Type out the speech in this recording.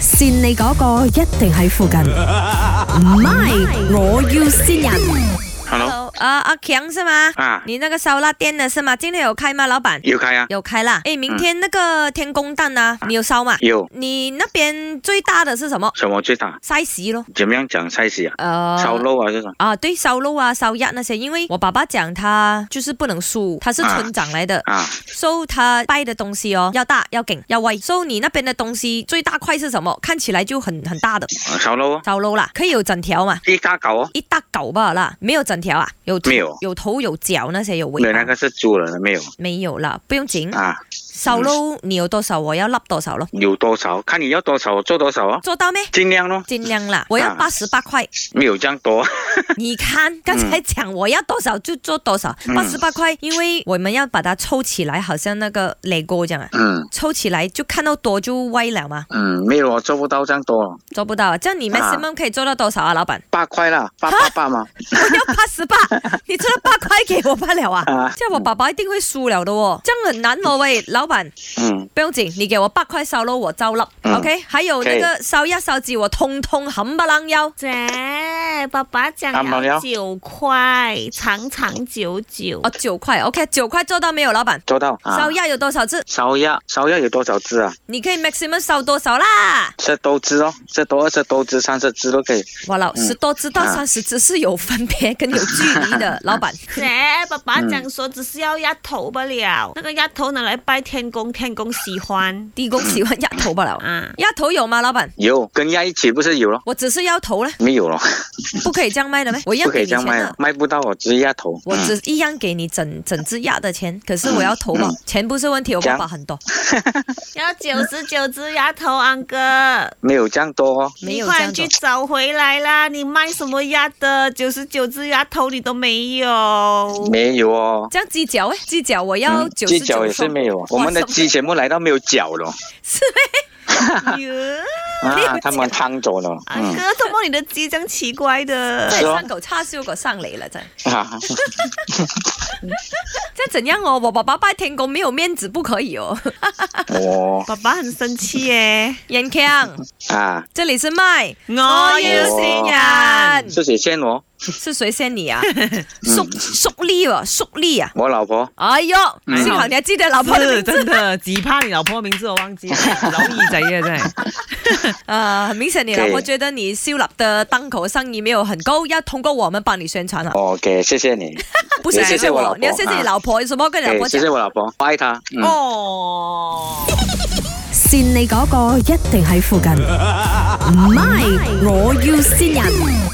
跣你嗰個一定喺附近，唔係我要先人。 Hello，啊，阿强是吗？啊，你那个烧腊店的是吗？今天有开吗，老板？有开啊，有开啦。诶，明天那个天公诞啊，你有烧吗？有你那边最大的是什么？什么最大？塞席咯，怎么样讲菜系啊？呃，烧肉啊这种啊，对，烧肉啊，烧鸭那些，因为我爸爸讲他就是不能输，他是村长来的，啊， so 他掰的东西哦要大要紧要威。so 你那边的东西最大块是什么？看起来就很很大的呃烧肉啊，烧肉啦，可以有整条嘛？一大搞哦，一大狗吧啦，没有整条啊，有头没有有头有脚那些有尾没巴，有那个是猪了的没有没有啦，不用紧。啊？烧肉你有多少，我要粒多少咯，有多少？看你要多少做多少哦，做到没？尽量咯，尽量啦，我要啊八十八 块。没有这样多。啊你看刚才讲我要多少就做多少，嗯八十八块，因为我们要把它抽起来，好像那个雷锅这样啊。嗯抽起来就看到多就歪了嘛，嗯，没有我做不到这样多，做不到啊。这样你啊？maximum 可以做到多少啊，老板 八块啦，八八八嘛。我要八十八，你做到八块给我罢了啊。啊，这样我爸爸一定会输了的哦，这样很难哦喂，老板。嗯，不用紧，你给我八块烧肉，我照了、嗯 o k 还有那个烧鸭、烧鸡，我通通冚巴啷腰。姐，爸爸啊讲冇料有九块，长长久久。哦，九块，OK，九块做到没有，老板？做到。啊烧鸭有多少只？烧鸭，烧鸭有多少只啊？你可以 maximum 烧多少啦？十多只哦，十多、二十多只、三十只都可以。哇，老嗯十多只到啊三十只是有分别跟有距离的，老 板。姐，爸爸讲说只是要鸭头不了，那个鸭头拿来拜天公，天公喜欢地公喜欢鸭头吧，老板？啊。鸭头有吗，老板？有跟鸭一起不是有咯？我只是腰头嘞，没有咯，不可以这样卖的咩？我一样不可给以你这样钱卖的啊，，卖不到我只鸭头。我嗯只一样给你整整只鸭的钱，可是我要头嘛，嗯钱不是问题，我爸爸很多，要九十九只鸭头，安哥，没有这样多哦。没你有这快样点多去。找回来啦！你卖什么鸭的？九十九只鸭头你都没有。没有哦。这样鸡脚哎，鸡脚我要嗯九鸡十脚九也是双，没有，哦我们的什么鸡全部来到没有脚 了是哟啊，他们烫走了，啊安嗯哥，怎么你的鸡这样奇怪的？真系是哦三狗叉烧过上嚟了，真。啊， 这样怎样哦？我爸爸拜天公没有面子，不可以哦。 我爸爸很生气耶！严强，啊，这里是麦， 哦我要新哦人。是谁欠我？是谁先你啊？淑嗯淑丽哦，淑丽啊。我老婆哎呦，嗯幸好你还记得老婆的是名字真的，只怕你老婆名字我忘记了，老二仔啊真系。啊！很明显你老婆对觉得你修立的档口生意没有很高，要通过我们帮你宣传了。 ，OK，谢谢你，不是也哦谢谢我老我婆，哦啊你要谢谢你老婆，有什么跟你 老对婆谢讲谢？我老婆，我爱她，嗯。哦。跣你嗰個一定喺附近，唔係我要先人。